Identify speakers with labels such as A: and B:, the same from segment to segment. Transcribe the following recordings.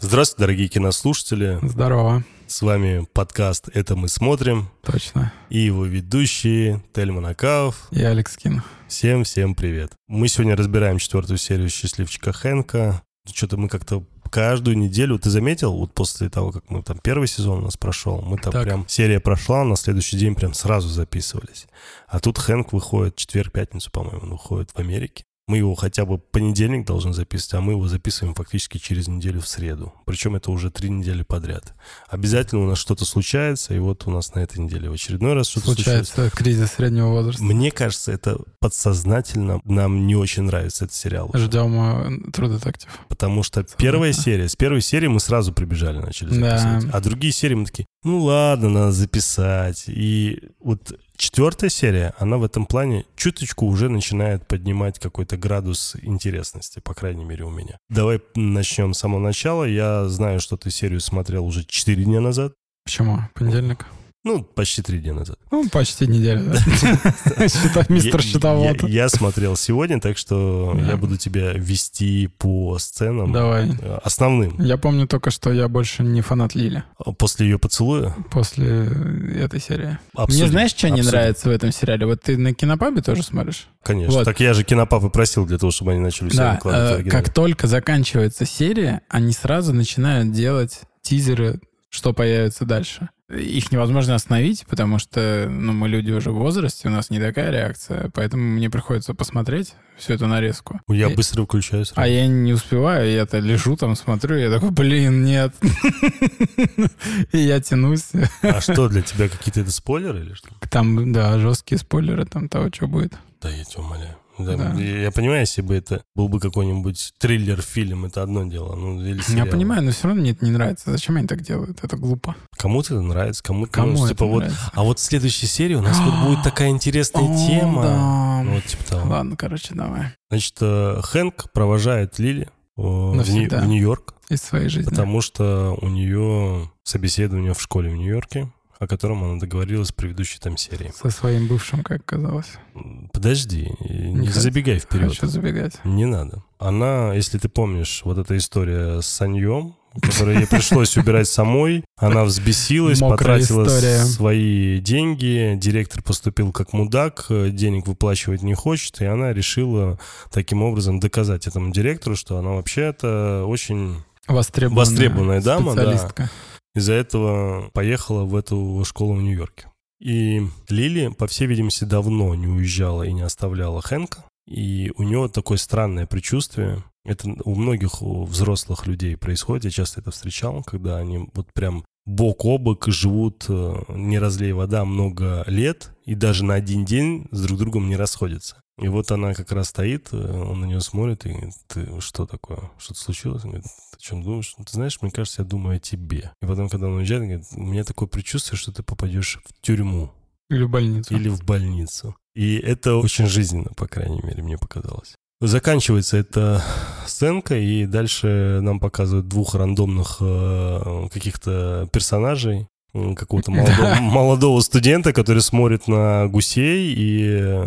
A: подкаст, дорогие кинослушатели.
B: Здорово.
A: С вами подкаст «Это мы смотрим»
B: Точно.
A: и его ведущие Тельман Акаов.
B: Я Алекс Кин.
A: Всем-всем привет. Мы сегодня разбираем четвертую серию «Счастливчика Хэнка». Что-то мы как-то каждую неделю, ты заметил, вот после того, как мы там первый сезон у нас прошел, мы там
B: Так.
A: прям серия прошла, на следующий день прям сразу записывались. А тут Хэнк выходит четверг-пятницу, по-моему, он выходит в Америке. Мы его хотя бы понедельник должны записывать, а мы его записываем фактически через неделю в среду. Причем это уже три недели подряд. Обязательно у нас что-то случается, и вот у нас на этой неделе в очередной раз что-то случается.
B: Случается кризис среднего возраста.
A: Мне кажется, это подсознательно нам не очень нравится этот сериал. уже.
B: Ждем э, True Detective.
A: Потому что первая
B: да.
A: серия, с первой серии мы сразу прибежали, начали
B: Да.
A: записывать. А другие серии мы такие, ну ладно, надо записать. И вот четвертая серия, она в этом плане чуточку уже начинает поднимать какой-то градус интересности, по крайней мере у меня. Давай начнем с самого начала. Я знаю, что ты серию смотрел уже 4 дня назад.
B: Почему? Понедельник?
A: Ну, почти 3 дня назад.
B: Ну, почти неделя, да. Считай, Мистер
A: Я-
B: Счетовод.
A: Я, я смотрел сегодня, так что
B: Да.
A: я буду тебя вести по сценам
B: Давай.
A: э, основным.
B: Я помню только, что я больше не фанат Лили
A: После ее поцелуя
B: после э, этой серии.
A: Обсудим.
B: Мне знаешь, что не
A: Обсудим.
B: нравится в этом сериале? Вот ты на кинопабе тоже смотришь?
A: Конечно.
B: Вот.
A: Так я же кинопапы просил для того, чтобы они начали себя
B: Да,
A: выкладывать
B: э,
A: оригинально.
B: как только заканчивается серия, они сразу начинают делать тизеры, что появится дальше. Их невозможно остановить, потому что ну, мы люди уже в возрасте, у нас не такая реакция, поэтому мне приходится посмотреть всю эту нарезку.
A: Я
B: И-
A: быстро выключаю сразу.
B: А я не успеваю, я-то лежу там, смотрю, я такой, блин, нет. И я тянусь.
A: А что, для тебя какие-то это спойлеры или что?
B: Там, да, жесткие спойлеры там того, что будет.
A: Да, я тебя умоляю. Да,
B: Да.
A: Я, я понимаю, если бы это был бы какой-нибудь триллер, фильм, это одно дело. Ну, или сериал.
B: Я понимаю, но все равно мне это не нравится. Зачем они так делают? Это глупо.
A: Кому-то это нравится, кому-то
B: Кому
A: ну,
B: это
A: типа, вот,
B: нравится?
A: А вот в следующей серии у нас вот будет такая интересная
B: О,
A: тема.
B: да.
A: Ну, вот типа того.
B: Ладно, короче, давай.
A: Значит, э, Хэнк провожает Лили э, в, Нью-
B: Навсегда.
A: в Нью-Йорк,
B: Из своей жизни.
A: потому что у нее собеседование в школе в Нью-Йорке, о котором она договорилась в предыдущей там серии.
B: Со своим бывшим, как казалось.
A: Подожди, не,
B: хочу-
A: забегай вперед.
B: Хочу забегать.
A: Не надо. Она, если ты помнишь, вот эта история с Саньем, которую ей пришлось убирать самой, она взбесилась,
B: Мокрая
A: потратила
B: история.
A: свои деньги, директор поступил как мудак, э, денег выплачивать не хочет, и она решила таким образом доказать этому директору, что она вообще-то очень
B: Востребованная,
A: Востребованная дама, да.
B: специалистка.
A: из-за этого поехала в эту школу в Нью-Йорке. И Лили, по всей видимости, давно не уезжала и не оставляла Хэнка. И у него такое странное предчувствие. Это у многих у взрослых людей происходит. Я часто это встречал, когда они вот прям бок о бок живут, э, не разлей вода, много лет, и даже на один день с друг другом не расходятся. И вот она как раз стоит, э, он на нее смотрит и говорит, ты что такое? Что-то случилось? Он говорит, ты о чем думаешь? «Ну, Ты знаешь, мне кажется, я думаю о тебе. И потом, когда он уезжает, он говорит, у меня такое предчувствие, что ты попадешь в тюрьму
B: Или в больницу.
A: или в больницу. И это очень жизненно, по крайней мере, мне показалось. Заканчивается эта сценка, и дальше нам показывают двух рандомных э, каких-то персонажей м, какого-то молодого,
B: Да.
A: молодого студента, который смотрит на гусей и э,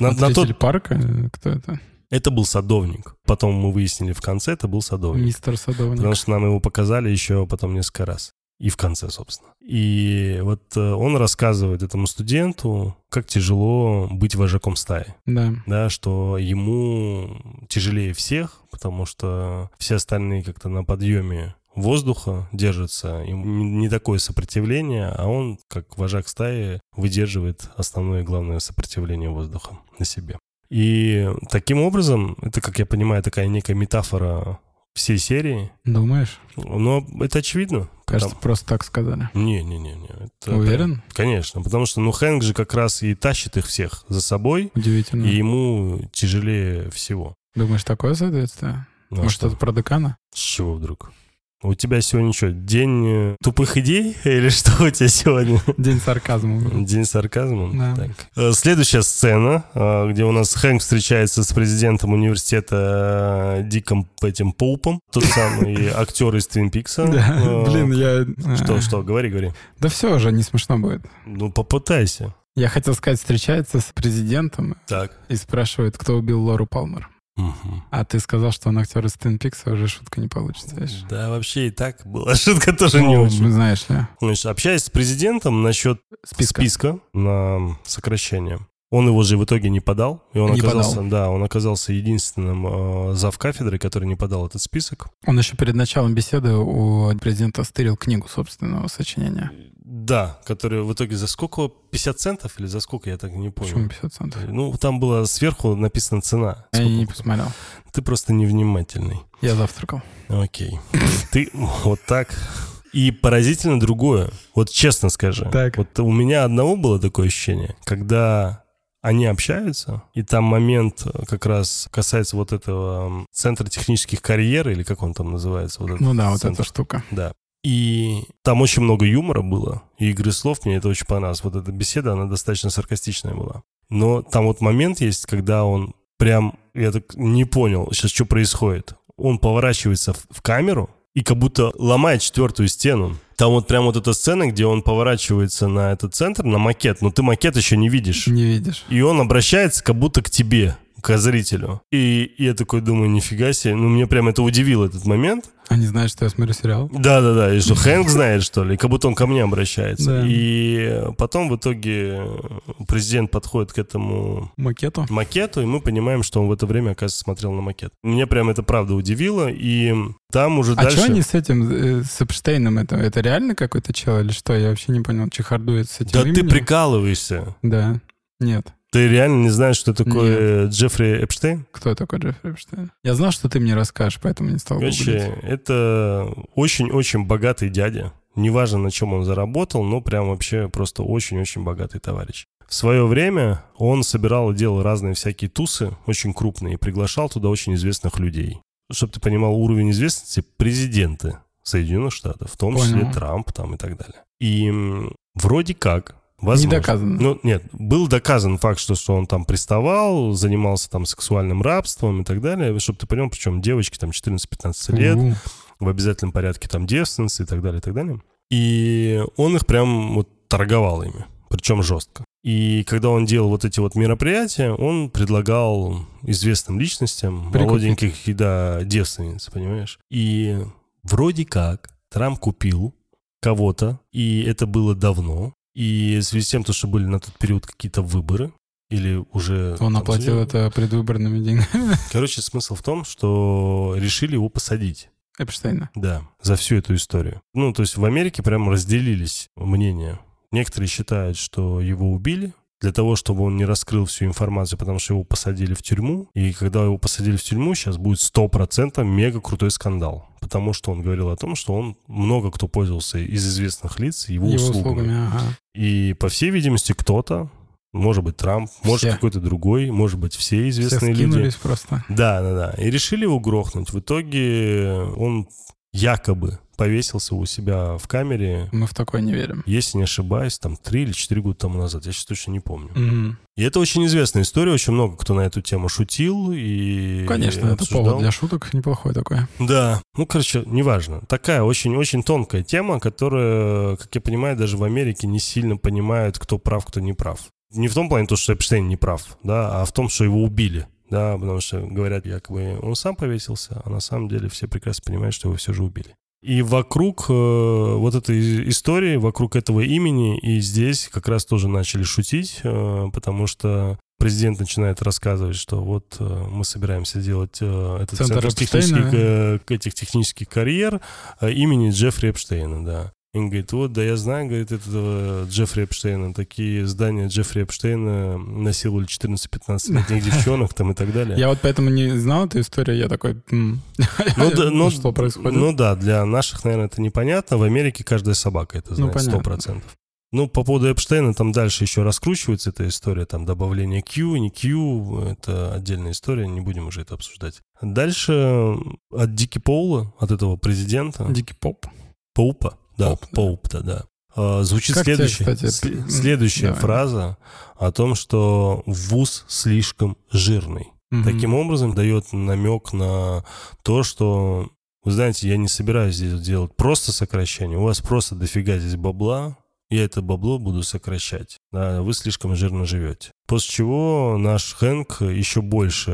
A: на- на тот-
B: Смотритель парка? э, Кто это?
A: это был садовник. Потом мы выяснили в конце, это был садовник.
B: Мистер Садовник.
A: Потому что нам его показали еще потом несколько раз. И в конце, собственно. И вот э, он рассказывает этому студенту, как тяжело быть вожаком стаи.
B: Да.
A: Да, что ему тяжелее всех, потому что все остальные как-то на подъеме воздуха держатся, им не- не такое сопротивление, а он, как вожак стаи, выдерживает основное и главное сопротивление воздуха на себе. И таким образом, это, как я понимаю, такая некая метафора всей серии,
B: Думаешь?
A: но это очевидно.
B: Кажется, просто так сказали.
A: Не-не-не.
B: Уверен?
A: Конечно, потому что, ну, Хэнк же как раз и тащит их всех за собой,
B: Удивительно.
A: и ему тяжелее всего.
B: Думаешь, такое соответствие?
A: Ну, а
B: Может, это про декана?
A: С чего вдруг? У тебя сегодня что, день э, тупых идей? Или что у тебя сегодня?
B: День сарказма.
A: День сарказма?
B: Да.
A: Так. Э, Следующая сцена, э, где у нас Хэнк встречается с президентом университета э, Диком этим Поупом, тот самый актер из Твин Пикса.
B: Да,
A: Э,
B: блин, я...
A: Что,
B: э,
A: что, говори, говори.
B: Да все уже, не смешно будет.
A: Ну, попытайся.
B: Я хотел сказать, встречается с президентом
A: Так.
B: и спрашивает, кто убил Лору Палмер.
A: Мгм.
B: А ты сказал, что он актер из Twin Peaks, а уже шутка не получится. видишь?
A: Да, вообще и так была шутка тоже не
B: Ну,
A: очень.
B: Знаешь ли,
A: Значит, общаясь с президентом насчет
B: списка.
A: списка на сокращение. Он его же в итоге не подал, и он
B: Не
A: оказался, да, он оказался единственным э, зав кафедры, который не подал этот список.
B: Он еще перед началом беседы у президента стырил книгу собственного сочинения.
A: Да, который в итоге за сколько 50 центов или за сколько я так и не
B: Почему
A: понял.
B: 50 центов?
A: Ну там была сверху написана цена.
B: Я не
A: Сколько-
B: посмотрел.
A: Ты просто невнимательный.
B: Я завтракал.
A: Окей. Ты вот так. И поразительно другое. Вот честно скажи.
B: Так.
A: Вот у меня одного было такое ощущение, когда они общаются, и там момент э, как раз касается вот этого м, центра технических карьер, или как он там называется? Вот этот
B: Ну да, вот
A: центр.
B: эта штука.
A: Да. И там очень много юмора было, и игры слов, мне это очень понравилось. Вот эта беседа, она достаточно саркастичная была. Но там вот момент есть, когда он прям, я так не понял, сейчас что происходит. Он поворачивается в, в камеру и как будто ломает четвертую стену. Там вот прям вот эта сцена, где он поворачивается на этот центр, на макет, но ты макет еще не видишь.
B: Не видишь.
A: И он обращается как будто к тебе, к зрителю. И я такой думаю, нифига себе. Ну, мне прям это удивило, этот момент.
B: Они знают, что я смотрю сериал.
A: Да-да-да, и что Хэнк знает, что ли, как будто он ко мне обращается.
B: Да.
A: И потом в итоге президент подходит к этому
B: Макету.
A: макету, и мы понимаем, что он в это время, оказывается, смотрел на макет. Меня прям это правда удивило, и там уже
B: А
A: дальше...
B: что они с этим, э, с Эпштейном? Это, это реально какой-то чел или что? Я вообще не понял, чехардует с этим
A: Да ты
B: именем?
A: прикалываешься.
B: Да. Нет.
A: Ты реально не знаешь, что такое Джеффри Эпштейн?
B: Кто такой Джеффри Эпштейн? Я знал, что ты мне расскажешь, поэтому не стал гуглить.
A: Короче, это очень-очень богатый дядя. Неважно, на чем он заработал, но прям вообще просто очень-очень богатый товарищ. В свое время он собирал и делал разные всякие тусы, очень крупные, и приглашал туда очень известных людей. Чтобы ты понимал уровень известности, президенты Соединенных Штатов, в том числе
B: Понял.
A: Трамп там и так далее. И м, вроде как, возможно...
B: Не доказано.
A: Ну, нет, был доказан факт, что, что он там приставал, занимался там сексуальным рабством и так далее. Чтобы ты понял, причем девочки там 14-15 лет,
B: У,
A: в обязательном порядке там девственницы и так далее, и так далее. И он их прям вот торговал ими, причем жестко. И когда он делал вот эти вот мероприятия, он предлагал известным личностям
B: Прикупить.
A: молоденьких, да, девственниц, понимаешь? И вроде как Трамп купил кого-то, и это было давно, и в связи с тем, то, что были на тот период какие-то выборы, или уже...
B: Он
A: там
B: оплатил
A: за-
B: это предвыборными деньгами
A: Короче, смысл в том, что решили его посадить.
B: Эпштейна.
A: Да, за всю эту историю. Ну, то есть в Америке прям разделились мнения. Некоторые считают, что его убили для того, чтобы он не раскрыл всю информацию, потому что его посадили в тюрьму. И когда его посадили в тюрьму, сейчас будет 100% мега крутой скандал. Потому что он говорил о том, что он много кто пользовался из известных лиц его,
B: Его
A: услугами.
B: услугами, ага.
A: И по всей видимости кто-то, может быть Трамп, может
B: Все.
A: какой-то другой, может быть все
B: Все
A: известные люди.
B: скинулись просто.
A: Да, да, да. И решили его грохнуть. В итоге он якобы повесился у себя в камере,
B: Мы в такое не верим.
A: если не ошибаюсь, там три или четыре года тому назад. Я сейчас точно не помню.
B: Мгм.
A: И это очень известная история. Очень много кто на эту тему шутил и
B: Ну, Конечно, это
A: обсуждал.
B: повод для шуток неплохой такой.
A: Да. Ну, короче, неважно. Такая очень-очень тонкая тема, которая, как я понимаю, даже в Америке не сильно понимают, кто прав, кто не прав. Не в том плане, то, что Эпштейн не прав, да, а в том, что его убили. Да, потому что говорят, якобы он сам повесился, а на самом деле все прекрасно понимают, что его все же убили. И вокруг э, вот этой и- истории, вокруг этого имени, и здесь как раз тоже начали шутить, э, потому что президент начинает рассказывать, что вот э, мы собираемся делать э, этот
B: Центр
A: центр,
B: Эпштейна.
A: технических, э, к- этих технических карьер э, имени Джеффри Эпштейна, да. И он говорит, вот, да я знаю, говорит, этого Джеффри Эпштейна, такие здания Джеффри Эпштейна насиловали 14-15-летних девчонок там и так далее.
B: Я вот поэтому не знал эту историю, я такой, «М».
A: Ну, да, ну,
B: что
A: Ну
B: происходит?
A: да, для наших, наверное, это непонятно. В Америке каждая собака это знает, сто
B: Ну, понятно.
A: процентов. Ну, по поводу Эпштейна, там дальше еще раскручивается эта история, там добавление Q, не Q, это отдельная история, не будем уже это обсуждать. Дальше э, от Дики Поула, от этого президента,
B: Дикий поп.
A: Поупа, да,
B: Поуп, да.
A: Поуп-то, да, А, звучит
B: Как тебе,
A: следующая,
B: кстати, это?
A: сле-
B: М,
A: следующая
B: давай.
A: фраза о том, что ВУЗ слишком жирный.
B: Мгм.
A: Таким образом дает намек на то, что, вы знаете, я не собираюсь здесь делать просто сокращение, у вас просто дофига здесь бабла, я это бабло буду сокращать, да, вы слишком жирно живете. После чего наш Хэнк еще больше...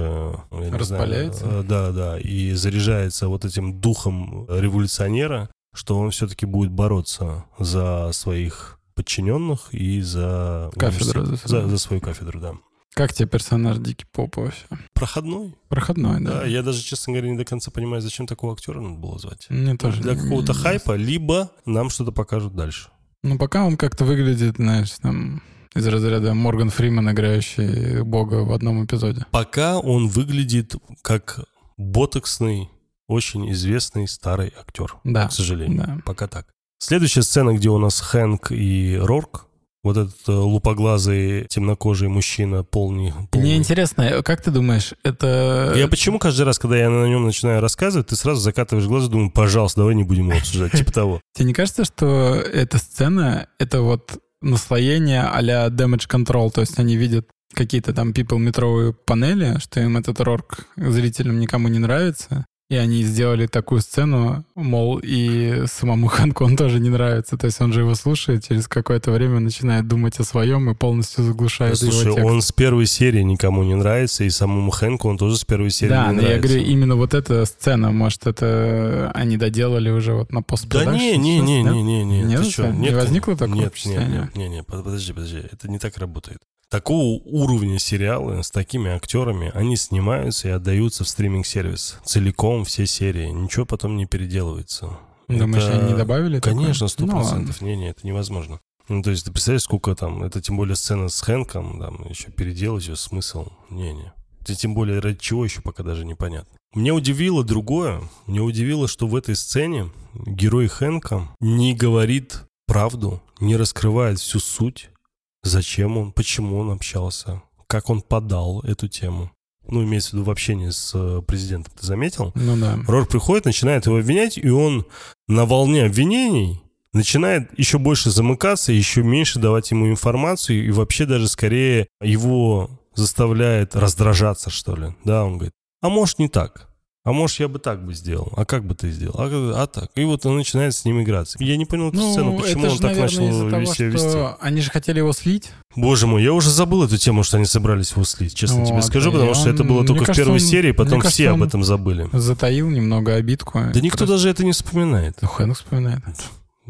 A: я не
B: Распаляется?
A: знаю, э, да, да, и заряжается вот этим духом революционера, что он все-таки будет бороться за своих подчиненных и за...
B: Кафедру
A: университет.
B: за
A: За,
B: свою.
A: за свою кафедру, да.
B: Как тебе персонаж Дикий Поп вообще?
A: Проходной,
B: Проходной,
A: да.
B: да.
A: Я даже, честно говоря, не до конца понимаю, зачем такого актера надо было звать.
B: Мне тоже.
A: Для
B: не-
A: какого-то
B: не-
A: хайпа, либо нам что-то покажут дальше.
B: Ну, пока он как-то выглядит, знаешь, там, из разряда Морган Фриман, играющий бога в одном эпизоде.
A: Пока он выглядит как ботоксный, очень известный старый актер,
B: Да.
A: к сожалению.
B: Да.
A: Пока так. Следующая сцена, где у нас Хэнк и Рорк, вот этот э, лупоглазый темнокожий мужчина, полный...
B: Мне
A: полный.
B: интересно, э, как ты думаешь, это...
A: Я почему каждый раз, когда я на нем начинаю рассказывать, ты сразу закатываешь глаза и думаю, пожалуйста, давай не будем его обсуждать, типа того.
B: Тебе не кажется, что эта сцена — это вот наслоение а-ля Damage Control, то есть они видят какие-то там people метровые панели, что им этот рорк зрителям никому не нравится, и они сделали такую сцену, мол, и самому Ханку он тоже не нравится. То есть он же его слушает, через какое-то время начинает думать о своем и полностью заглушает
A: Слушай,
B: его текст.
A: он с первой серии никому не нравится, и самому Хэнку он тоже с первой серии
B: Да,
A: не
B: но я
A: нравится.
B: говорю, именно вот эта сцена, может, это они доделали уже вот на
A: Да
B: постпродакшн?
A: не, не, не,
B: сейчас,
A: не, не, не,
B: Нет,
A: ты
B: что
A: чё,
B: ли? Не
A: нет,
B: возникло такого
A: нет,
B: впечатления?
A: Нет, нет, нет, нет, под- подожди, подожди, это не так работает. Такого уровня сериалы с такими актерами, они снимаются и отдаются в стриминг-сервис. Целиком все серии, ничего потом не переделывается.
B: Думаешь,
A: Это-
B: они не добавили? такое?
A: Конечно, сто
B: Ну ладно.
A: процентов. Не, не, это невозможно. Ну, то есть, ты представляешь, сколько там, это тем более сцена с Хэнком, там, еще переделать ее смысл. Не-не. Те- Тем более, ради чего еще пока даже непонятно. Меня удивило другое. Меня удивило, что в этой сцене герой Хэнка не говорит правду, не раскрывает всю суть, зачем он, почему он общался, как он подал эту тему. Ну, имеется в виду в общении с э, президентом. Ты заметил?
B: Ну да.
A: Рор приходит, начинает его обвинять, и он на волне обвинений начинает еще больше замыкаться, еще меньше давать ему информацию, и вообще даже скорее его заставляет раздражаться, что ли. Да, он говорит, а может не так, а может я бы так бы сделал, а как бы ты сделал, а, как- а так. И вот он начинает с ним играться. Я не понял эту
B: Ну,
A: сцену, почему он так начал
B: из-за того,
A: себя вести.
B: что они же хотели его слить.
A: Боже мой, я уже забыл эту тему, что они собрались его слить, честно тебе
B: Вот,
A: скажу,
B: и
A: потому что
B: он-
A: это было
B: мне
A: только в
B: кажется,
A: первой
B: он-
A: серии, потом
B: мне кажется,
A: все об
B: он- э,
A: этом забыли.
B: Затаил немного обидку.
A: Да никто
B: Просто-
A: даже это не вспоминает.
B: Ну, Хэнк вспоминает.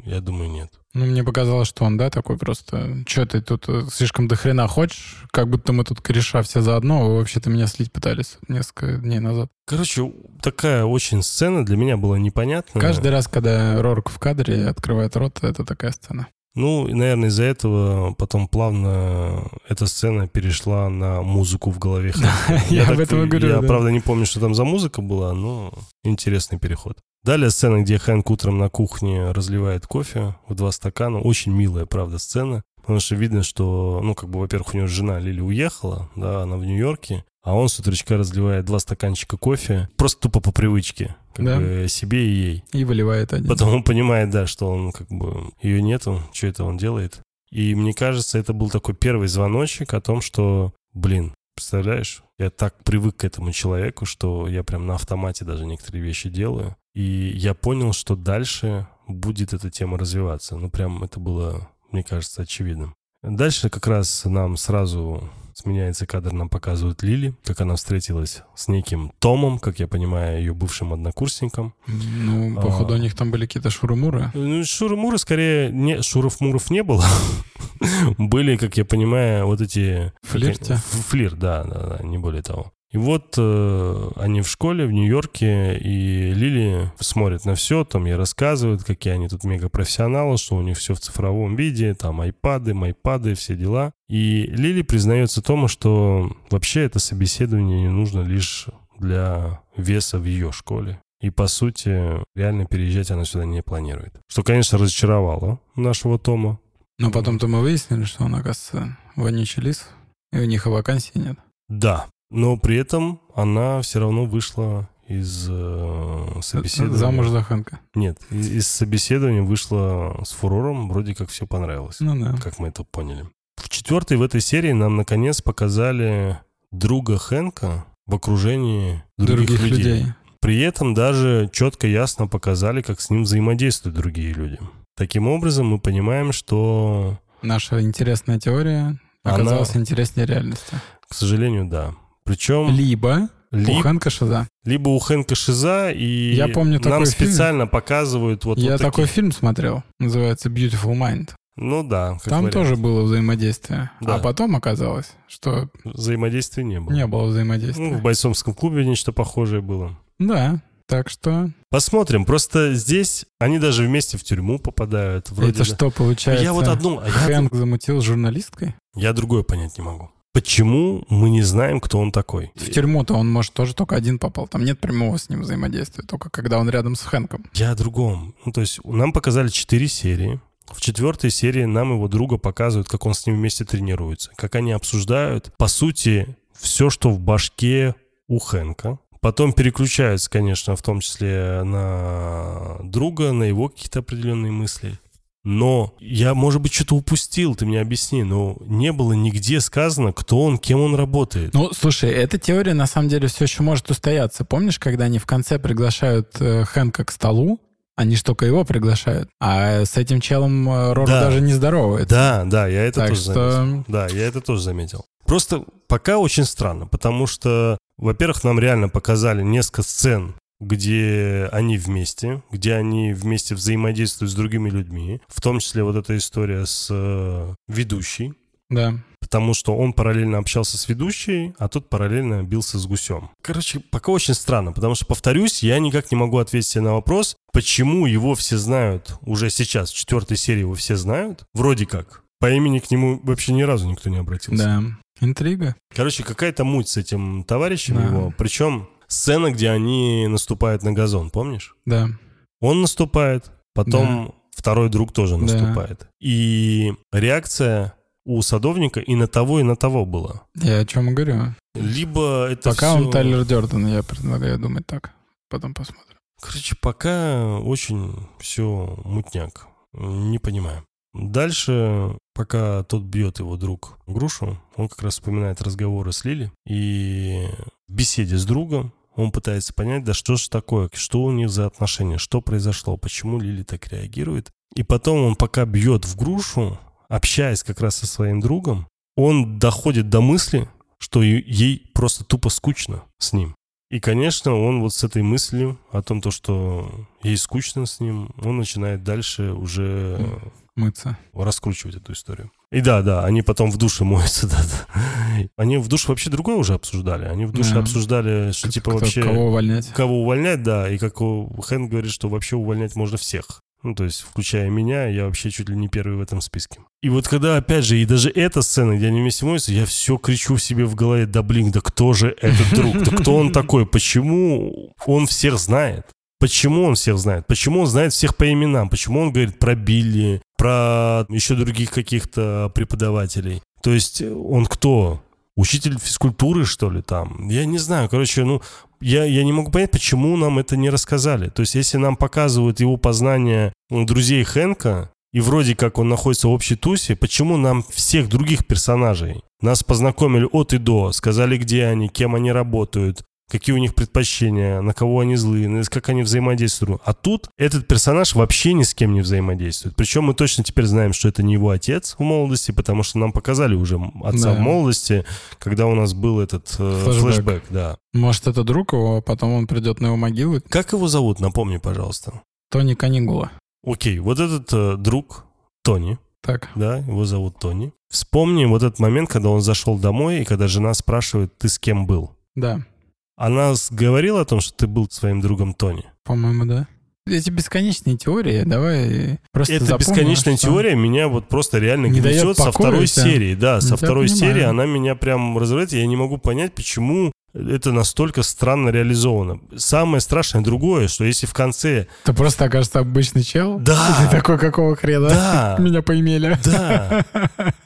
A: Я думаю, нет.
B: Ну, мне показалось, что он, да, такой просто... Че ты тут э, слишком до хрена хочешь? Как будто мы тут кореша все заодно, а вы вообще-то меня слить пытались тут несколько дней назад.
A: Короче, такая очень сцена для меня была непонятная.
B: Каждый раз, когда Рорк в кадре открывает рот, это такая сцена.
A: Ну, и, наверное, из-за этого потом плавно эта сцена перешла на музыку в голове. Хэнка.
B: я об
A: так-
B: этом и говорю,
A: Я,
B: да.
A: правда, не помню, что там за музыка была, но интересный переход. Далее сцена, где Хэнк утром на кухне разливает кофе в два стакана. Очень милая, правда, сцена. Потому что видно, что, ну, как бы, во-первых, у него жена Лили уехала, да, она в Нью-Йорке, а он с утречка разливает два стаканчика кофе просто тупо по привычке, как
B: Да.
A: бы себе и ей.
B: И выливает один.
A: Потом он понимает, да, что он как бы ее нету, что это он делает. И мне кажется, это был такой первый звоночек о том, что, блин, представляешь, я так привык к этому человеку, что я прям на автомате даже некоторые вещи делаю. И я понял, что дальше будет эта тема развиваться. Ну, прям это было, мне кажется, очевидным. Дальше как раз нам сразу сменяется кадр, нам показывают Лили, как она встретилась с неким Томом, как я понимаю, ее бывшим однокурсником.
B: Ну,
A: А.
B: походу, у них там были какие-то шурумуры.
A: Ну, Шуры-муры скорее... Не, Шуров-муров не было. Были, как я понимаю, вот эти...
B: Флирте.
A: Ф- Флирт, да, да, да, не более того. И вот э, они в школе в Нью-Йорке, и Лили смотрит на все, там ей рассказывают, какие они тут мегапрофессионалы, что у них все в цифровом виде, там айпады, майпады, все дела. И Лили признается тому, что вообще это собеседование не нужно лишь для веса в ее школе. И, по сути, реально переезжать она сюда не планирует. Что, конечно, разочаровало нашего Тома.
B: Но потом-то мы выяснили, что он, оказывается, вонючий лис, и у них и вакансий нет.
A: Да, но при этом она все равно вышла из э, собеседования.
B: Замуж за Хэнка.
A: Нет, из, из собеседования вышла с фурором, вроде как все понравилось,
B: Ну да.
A: как мы это поняли. В четвертой в этой серии нам наконец показали друга Хэнка в окружении других,
B: Других людей.
A: людей. При этом даже четко ясно показали, как с ним взаимодействуют другие люди. Таким образом, мы понимаем, что,
B: Наша интересная теория
A: Она-
B: оказалась интереснее реальности.
A: к сожалению, да. Причем
B: Либо
A: ли-
B: Буханка Шиза.
A: либо у Хэнка Шиза, и
B: Я помню
A: нам
B: такой фильм.
A: специально показывают вот,
B: Я
A: вот
B: такой
A: такие-
B: фильм смотрел, называется Beautiful Mind.
A: Ну да, как
B: Там
A: вариант.
B: тоже было взаимодействие.
A: Да.
B: А потом оказалось, что
A: взаимодействия не было.
B: не было
A: Ну, в
B: взаимодействия.
A: бойцовском клубе нечто похожее было.
B: Да, так что...
A: Посмотрим. Просто здесь они даже вместе в тюрьму попадают. Вроде
B: это
A: да.
B: что получается?
A: Я вот одну, а я,
B: Хэнк замутил с журналисткой?
A: я другое понять не могу. Почему мы не знаем, кто он такой?
B: В тюрьму-то он, может, тоже только один попал. Там нет прямого с ним взаимодействия, только когда он рядом с Хэнком.
A: Я о другом. Ну, то есть нам показали четыре серии. В четвертой серии нам его друга показывают, как он с ним вместе тренируется, как они обсуждают, по сути, все, что в башке у Хэнка. Потом переключаются, конечно, в том числе на друга, на его какие-то определенные мысли. Но я, может быть, что-то упустил, ты мне объясни, но не было нигде сказано, кто он, кем он работает.
B: Ну, слушай, эта теория на самом деле все еще может устояться. Помнишь, когда они в конце приглашают э, Хэнка к столу? Они ж только его приглашают. А с этим челом э, Рору
A: Да.
B: даже не здоровает.
A: Да, да, я это
B: так
A: тоже заметил.
B: что...
A: Да, я это тоже заметил. Просто пока очень странно, потому что, во-первых, нам реально показали несколько сцен, где они вместе, где они вместе взаимодействуют с другими людьми, в том числе вот эта история с э, ведущей,
B: Да.
A: потому что он параллельно общался с ведущей, а тот параллельно бился с гусем. Короче, пока очень странно, потому что, повторюсь, я никак не могу ответить себе на вопрос, почему его все знают уже сейчас, в четвертой серии его все знают, вроде как. По имени к нему вообще ни разу никто не обратился.
B: Да. Интрига.
A: Короче, какая-то муть с этим товарищем
B: Да.
A: его. Причем сцена, где они наступают на газон, помнишь?
B: Да.
A: Он наступает, потом второй друг тоже
B: Да.
A: наступает. И реакция у садовника и на того, и на того была.
B: Я о чем и говорю.
A: Либо это
B: Пока
A: всё-
B: он Тайлер Дёрден, я предлагаю думать так. Потом посмотрим.
A: Короче, пока очень все мутняк. Не понимаю. Дальше, пока тот бьет его друг грушу, он как раз вспоминает разговоры с Лили. И в беседе с другом он пытается понять, да что же такое, что у них за отношения, что произошло, почему Лили так реагирует. И потом он пока бьет в грушу, общаясь как раз со своим другом, он доходит до мысли, что е- ей просто тупо скучно с ним. И, конечно, он вот с этой мыслью о том, то, что ей скучно с ним, он начинает дальше уже э,
B: Мыться.
A: раскручивать эту историю. И да, да, они потом в душе моются, да, да. Они в душе вообще другое уже обсуждали. Они в душе
B: Да.
A: обсуждали, что
B: Как-
A: типа
B: кто-
A: вообще
B: Кого увольнять?
A: кого увольнять, да, и как у- Хэн говорит, что вообще увольнять можно всех. Ну, то есть, включая меня, я вообще чуть ли не первый в этом списке. И вот когда, опять же, и даже эта сцена, где они вместе моются, я все кричу себе в голове, да блин, да кто же этот друг? Да кто он такой? Почему он всех знает? Почему он всех знает? Почему он знает всех по именам? Почему он говорит про Билли, про еще других каких-то преподавателей? То есть он кто? Учитель физкультуры, что ли, там? Я не знаю. Короче, ну, я, я не могу понять, почему нам это не рассказали. То есть, если нам показывают его познание ну, друзей Хэнка, и вроде как он находится в общей тусе, почему нам всех других персонажей? Нас познакомили от и до, сказали, где они, кем они работают, какие у них предпочтения, на кого они злые, на- как они взаимодействуют. А тут этот персонаж вообще ни с кем не взаимодействует. Причем мы точно теперь знаем, что это не его отец в молодости, потому что нам показали уже отца
B: Да.
A: в молодости, когда у нас был этот э,
B: Флэшбэк.
A: флэшбэк да.
B: Может, это друг его, а потом он придет на его могилу.
A: Как его зовут, напомни, пожалуйста.
B: Тони Канигула.
A: Окей, вот этот э, друг Тони,
B: Так.
A: да, его зовут Тони. Вспомни вот этот момент, когда он зашел домой, и когда жена спрашивает, ты с кем был.
B: Да.
A: Она с- говорила о том, что ты был своим другом Тони.
B: По-моему, да. Эти бесконечные теории, давай просто
A: Эта
B: запомним,
A: бесконечная
B: что-
A: теория меня вот просто реально
B: Не дает
A: гнетет со
B: покоя
A: второй
B: тебя.
A: серии. Да, со
B: Я
A: второй
B: понимаю.
A: серии она меня прям разрывает. Я не могу понять, почему это настолько странно реализовано. Самое страшное другое, что если в конце...
B: Ты просто окажется обычный чел?
A: Да.
B: И Ты такой, какого хрена?
A: Да!
B: Меня поимели.
A: Да!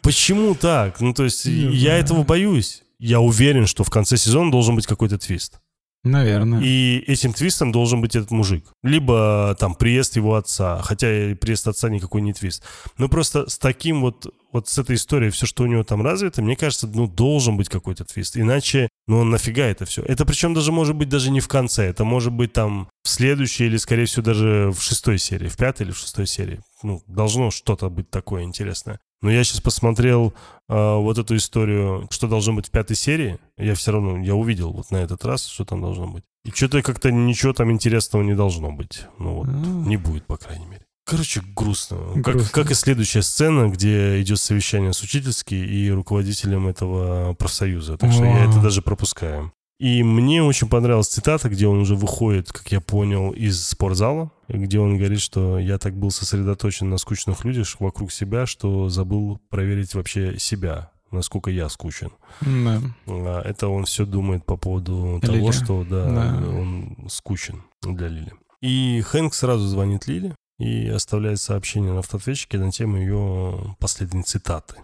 A: Почему так? Ну, то есть,
B: Не
A: я
B: знаю.
A: этого боюсь. Я уверен, что в конце сезона должен быть какой-то твист.
B: Наверное.
A: И этим твистом должен быть этот мужик. Либо там приезд его отца. Хотя и приезд отца никакой не твист. Но просто с таким вот вот с этой историей все, что у него там развито, мне кажется, ну, должен быть какой-то твист. Иначе, ну, нафига это все? Это причем даже может быть даже не в конце. Это может быть там в следующей или, скорее всего, даже в шестой серии, в пятой или в шестой серии. Ну, должно что-то быть такое интересное. Но я сейчас посмотрел э, вот эту историю, что должно быть в пятой серии. Я все равно, я увидел вот на этот раз, что там должно быть. И что-то как-то ничего там интересного не должно быть. Ну вот,
B: Ну.
A: не будет, по крайней мере. Короче, грустно.
B: Грустно.
A: Как, как и следующая сцена, где идет совещание с учительски и руководителем этого профсоюза. Так что я
B: О.
A: это даже пропускаю. И мне очень понравилась цитата, где он уже выходит, как я понял, из спортзала, где он говорит, что я так был сосредоточен на скучных людях вокруг себя, что забыл проверить вообще себя, насколько я скучен.
B: Да.
A: А, Это он все думает по поводу
B: Лили.
A: того, что да,
B: Да.
A: он скучен для Лили. И Хэнк сразу звонит Лили и оставляет сообщение на автоответчике на тему ее последней цитаты.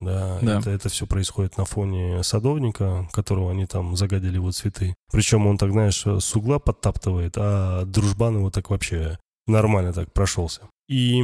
A: Да,
B: Да.
A: Это, все происходит на фоне садовника, которого они там загадили его цветы. Причем он так, знаешь, с угла подтаптывает, а дружбан его так вообще нормально так прошелся. И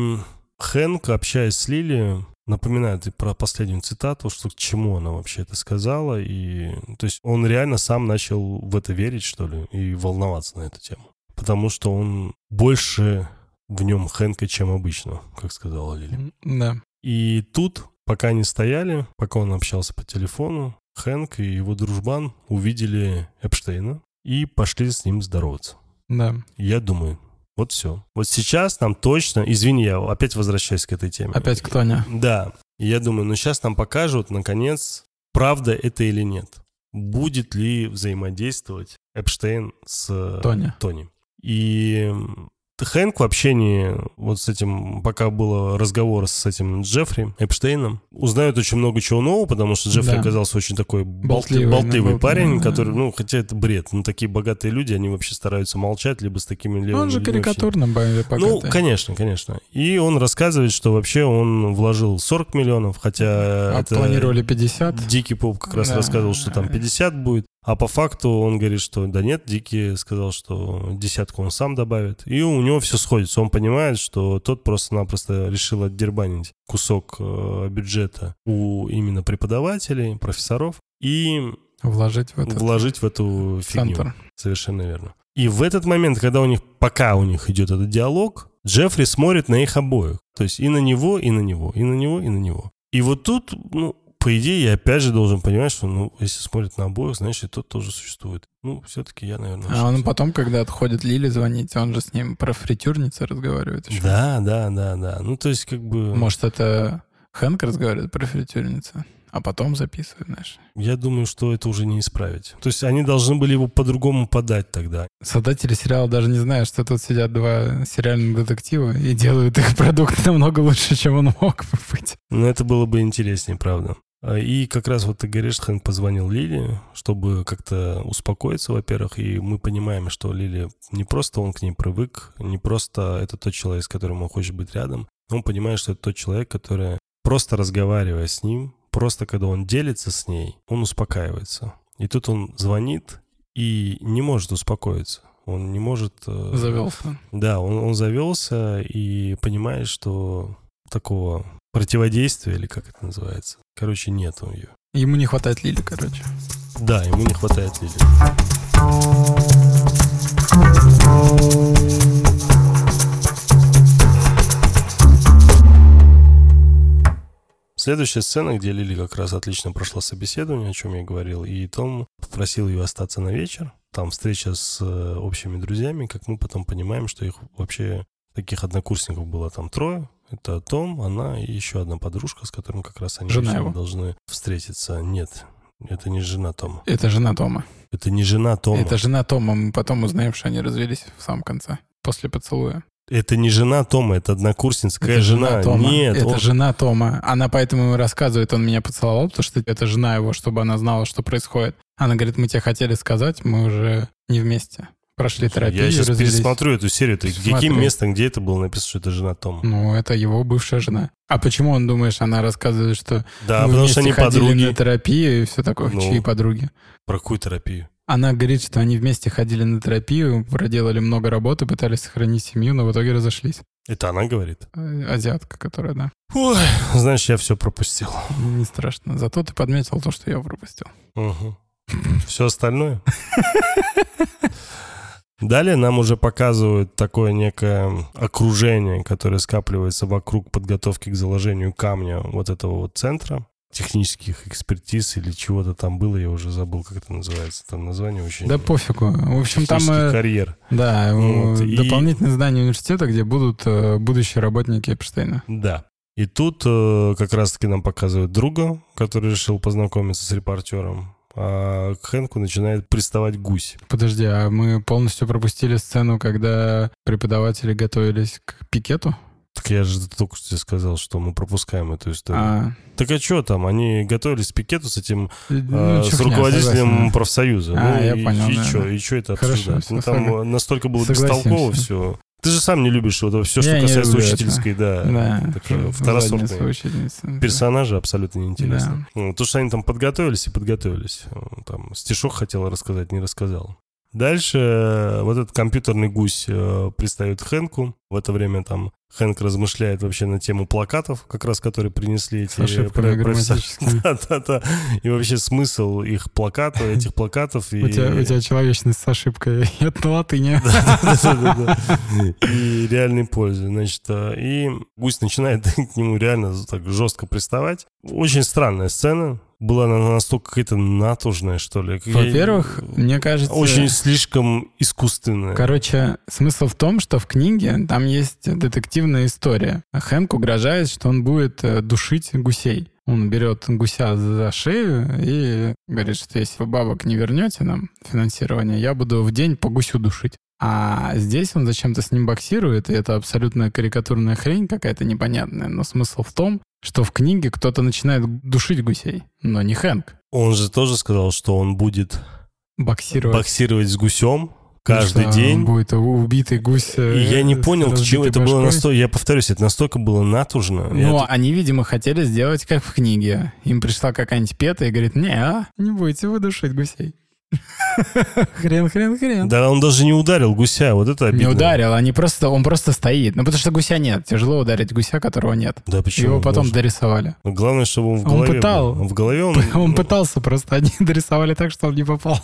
A: Хэнк, общаясь с Лили, напоминает и про последнюю цитату, что к чему она вообще это сказала. И, то есть он реально сам начал в это верить, что ли, и волноваться на эту тему. Потому что он больше в нем Хэнка, чем обычно, как сказала Лили.
B: Да.
A: И тут, пока они стояли, пока он общался по телефону, Хэнк и его дружбан увидели Эпштейна и пошли с ним здороваться.
B: Да.
A: Я думаю, вот все. Вот сейчас нам точно, извини, я опять возвращаюсь к этой теме.
B: Опять к Тоне.
A: Да. И Я думаю, ну сейчас нам покажут, наконец, правда это или нет. Будет ли взаимодействовать Эпштейн с э,
B: Тоня.
A: Тони. И м, Хэнк в общении вот с этим, пока было разговор с этим Джеффри Эпштейном, узнает очень много чего нового, потому что Джеффри
B: Да.
A: оказался очень такой болтливый,
B: Болтливый,
A: болтливый
B: ну,
A: парень,
B: да.
A: который, ну, хотя это бред, но такие богатые люди, они вообще стараются молчать, либо с такими левыми
B: Ну, он же
A: людьми вообще
B: карикатурным был
A: ну, конечно, конечно. И он рассказывает, что вообще он вложил 40 миллионов, хотя
B: А
A: это
B: планировали 50.
A: Дикий Поп как раз
B: Да.
A: рассказывал, что там 50 будет. А по факту он говорит, что да нет, Дикий сказал, что десятку он сам добавит. И у него все сходится. Он понимает, что тот просто-напросто решил отдербанить кусок э, бюджета у именно преподавателей, профессоров и
B: Вложить в этот
A: вложить в эту фигню.
B: центр.
A: Совершенно верно. И в этот момент, когда у них, пока у них идет этот диалог, Джеффри смотрит на их обоих. То есть и на него, и на него, и на него, и на него. И вот тут, ну, по идее, я опять же должен понимать, что, ну, если смотрит на обоих, значит, и тот тоже существует. Ну, все-таки я, наверное...
B: А он
A: ошибся.
B: потом, когда отходит Лили звонить, он же с ним про фритюрницы разговаривает еще.
A: Да, да, да, да. Ну, то есть, как бы...
B: Может, это Хэнк разговаривает про фритюрницы, а потом записывает, знаешь.
A: Я думаю, что это уже не исправить. То есть, они должны были его по-другому подать тогда.
B: Создатели сериала даже не знают, что тут сидят два сериальных детектива и делают их продукт намного лучше, чем он мог бы быть.
A: Но это было бы интереснее, правда. А, И как раз вот ты говоришь, Хэнк позвонил Лили, чтобы как-то успокоиться, во-первых, и мы понимаем, что Лили не просто он к ней привык, не просто это тот человек, с которым он хочет быть рядом, но он понимает, что это тот человек, который просто разговаривая с ним, просто когда он делится с ней, он успокаивается. И тут он звонит и не может успокоиться. Он не может... э,
B: Завелся.
A: да, он, он завелся и понимает, что такого противодействия, или как это называется, короче, нет у нее.
B: Ему не хватает Лили, короче.
A: Да, ему не хватает Лили. Следующая сцена, где Лили как раз отлично прошла собеседование, о чем я говорил, и Том попросил ее остаться на вечер. Там встреча с э, общими друзьями, как мы потом понимаем, что их вообще таких однокурсников было там трое. Это Том, она и еще одна подружка, с которым как раз они
B: Жена
A: вообще
B: его.
A: должны встретиться. Нет, это не жена Тома.
B: Это жена Тома.
A: Это не жена Тома.
B: Это жена Тома. Мы потом узнаем, что они развелись в самом конце. После поцелуя.
A: Это не жена Тома, это однокурсница. Какая
B: Это
A: жена?
B: Тома.
A: Нет,
B: Это
A: он-
B: жена Тома. Она поэтому ему рассказывает, он меня поцеловал, потому что это жена его, чтобы она знала, что происходит. Она говорит, мы тебе хотели сказать, мы уже не вместе. Прошли терапию,
A: Я сейчас
B: развелись.
A: пересмотрю эту серию. Ты
B: Смотри.
A: каким местом, где это было написано, что это жена Тома?
B: Ну, это его бывшая жена. А почему он думаешь, она рассказывает, что
A: Да,
B: мы
A: А потому что
B: вместе
A: они
B: ходили
A: подруги.
B: на терапию и все такое?
A: Ну.
B: Чьи подруги?
A: Про какую терапию?
B: Она говорит, что они вместе ходили на терапию, проделали много работы, пытались сохранить семью, но в итоге разошлись.
A: Это она говорит.
B: Э, Азиатка, которая, да.
A: Ой, знаешь, я все пропустил.
B: Не страшно. Зато ты подметил то, что я пропустил.
A: Все остальное. Далее нам уже показывают такое некое окружение, которое скапливается вокруг подготовки к заложению камня вот этого вот центра технических экспертиз или чего-то там было, я уже забыл, как это называется. Там название очень...
B: Да пофигу. В общем, там
A: Технический
B: э,
A: карьер.
B: да, э,
A: Вот, и-
B: дополнительное здание университета, где будут э, будущие работники Эпштейна.
A: Да. И тут э, как раз-таки нам показывают друга, который решил познакомиться с репортером. А к Хэнку начинает приставать гусь.
B: Подожди, а мы полностью пропустили сцену, когда преподаватели готовились к пикету?
A: Так я же только что тебе сказал, что мы пропускаем эту историю.
B: А,
A: Так а что там? Они готовились к пикету с этим,
B: э,
A: э,
B: ну,
A: с
B: чухня,
A: руководителем
B: согласен.
A: профсоюза.
B: А,
A: ну,
B: я
A: и,
B: понял,
A: И
B: да,
A: что?
B: да.
A: И что это
B: Хорошо,
A: обсуждать?
B: всё,
A: ну, там
B: сога-
A: э, настолько было
B: согласимся.
A: бестолково все. Ты же сам не любишь вот все, что
B: Я не
A: касается
B: люблю
A: учительской, да.
B: Да,
A: такая
B: в-
A: второсортная.
B: задница ученицы, да.
A: Персонажи абсолютно неинтересны. Ну, То, что они там подготовились и подготовились. Ну, Там стишок хотел рассказать, не рассказал. Дальше э, вот этот компьютерный гусь э, пристает к Хэнку. В это время там Хэнк размышляет вообще на тему плакатов, как раз которые принесли эти
B: С ошибками
A: про- профессора.
B: грамматическими.
A: Да-да-да. И вообще смысл их плаката, этих плакатов. и-
B: У тебя, у тебя человечность с ошибкой. Это на латыни.
A: Да-да-да-да-да. И реальной пользы. Значит, а, и гусь начинает к нему реально так жестко приставать. Очень странная сцена. Была она настолько какая-то натужная, что ли. Я-
B: Во-первых, мне кажется...
A: Очень слишком искусственная.
B: Короче, смысл в том, что в книге там есть детективная история. А Хэнк угрожает, что он будет э, душить гусей. Он берет гуся за шею и говорит, что если вы бабок не вернете нам финансирование, я буду в день по гусю душить. А здесь он зачем-то с ним боксирует, и это абсолютно карикатурная хрень какая-то непонятная. Но смысл в том, что в книге кто-то начинает душить гусей, но не Хэнк.
A: Он же тоже сказал, что он будет
B: Боксировать.
A: боксировать с гусем каждый
B: Потому что
A: день.
B: Будет э, убитый гусь.
A: И я не понял, к чему это было
B: настолько
A: настолько... Я повторюсь, это настолько было натужно. Я
B: Но они, видимо, хотели сделать как в книге. Им пришла какая-нибудь пета и говорит, не, а, не будете вы душить гусей. Хрен, хрен, хрен.
A: Да он даже не ударил гуся, вот это
B: Не
A: обидно.
B: ударил, они просто, он просто стоит. Ну, потому что гуся нет. Тяжело ударить гуся, которого нет.
A: Да почему?
B: Его потом
A: Боже.
B: дорисовали.
A: Ну, Главное, чтобы он в
B: А Он
A: голове... был.
B: пытал.
A: В голове он...
B: Он пытался просто, они дорисовали так, что он не попал.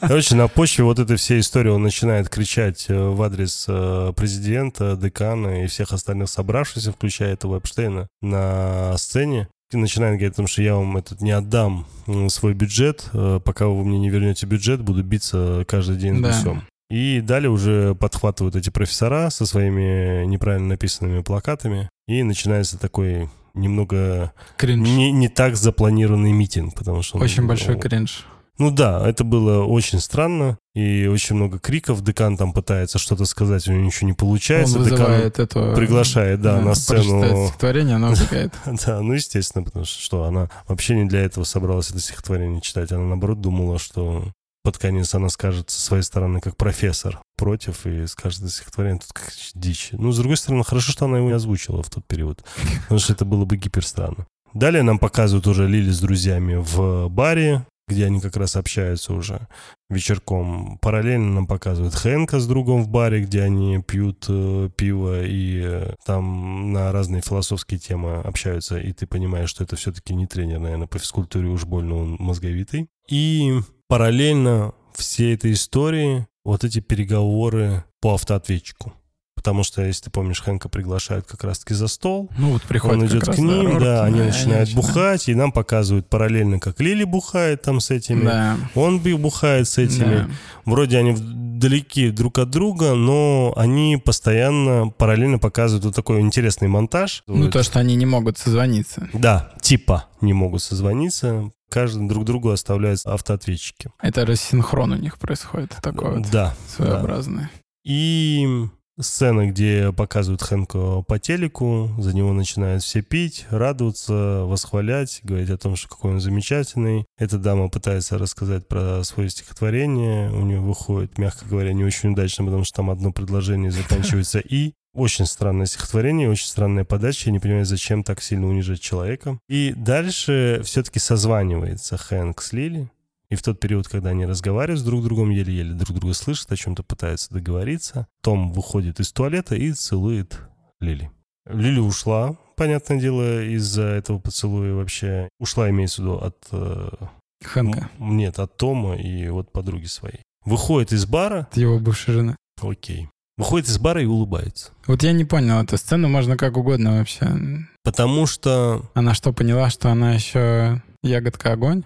A: Короче, на почве вот этой всей истории он начинает кричать э, в адрес э, президента, декана и всех остальных собравшихся, включая этого Эпштейна, на сцене. И начинает говорить о том, что я вам этот не отдам м, свой бюджет, э, пока вы мне не вернете бюджет, буду биться каждый день с
B: Да.
A: гусем. И далее уже подхватывают эти профессора со своими неправильно написанными плакатами. И начинается такой немного
B: Кринж.
A: не, не так запланированный митинг, потому что... он-
B: Очень большой кринж.
A: ну да, это было очень странно, и очень много криков. Декан там пытается что-то сказать, у него ничего не
B: Он
A: получается. Декан
B: вызывает эту...
A: приглашает, да,
B: э,
A: на
B: прочитать
A: сцену.
B: стихотворение, оно убегает.
A: Да, ну естественно, потому что, что она вообще не для этого собралась это стихотворение читать. Она наоборот думала, что под конец она скажет со своей стороны как профессор против и скажет это стихотворение. Тут как дичь. Ну, с другой стороны, хорошо, что она его не озвучила в тот период, потому что это было бы гиперстранно. Далее нам показывают уже Лили с друзьями в баре, где они как раз общаются уже вечерком. Параллельно нам показывают Хэнка с другом в баре, где они пьют э, пиво и э, там на разные философские темы общаются. И ты понимаешь, что это все-таки не тренер, наверное, по физкультуре уж больно он мозговитый. И параллельно всей этой истории вот эти переговоры по автоответчику. Потому что, если ты помнишь, Хэнка приглашают как раз-таки за стол,
B: Ну, вот приходит
A: он
B: как
A: идет
B: раз
A: к ним,
B: Рорк,
A: да, они
B: и
A: начинают бухать, и нам показывают параллельно, как Лили бухает там с этими,
B: Да,
A: он би- бухает с
B: да.
A: этими. Вроде они в- далеки друг от друга, но они постоянно параллельно показывают вот такой интересный монтаж.
B: Ну,
A: Вот.
B: то, что они не могут созвониться.
A: Да, типа не могут созвониться, каждый друг другу оставляют автоответчики.
B: Это рассинхрон у них происходит такой вот
A: Да.
B: своеобразный.
A: И сцена, где показывают Хэнка по телеку, за него начинают все пить, радоваться, восхвалять, говорить о том, что какой он замечательный. Эта дама пытается рассказать про свое стихотворение, у нее выходит, мягко говоря, не очень удачно, потому что там одно предложение заканчивается «и». Очень странное стихотворение, очень странная подача. Я не понимаю, зачем так сильно унижать человека. И дальше все-таки созванивается Хэнк с Лили. И в тот период, когда они разговаривают с друг другом, еле-еле друг друга слышат, о чем-то пытаются договориться, Том выходит из туалета и целует Лили. Лили ушла, понятное дело, из-за этого поцелуя вообще. Ушла, имеется в виду, от... э,
B: Хэнка.
A: м, Нет, от Тома и вот подруги своей. Выходит из бара,
B: Это его бывшая жена.
A: окей. Выходит из бара и улыбается.
B: Вот я не понял эту сцену, можно как угодно вообще.
A: Потому что
B: Она что, поняла, что она еще ягодка огонь?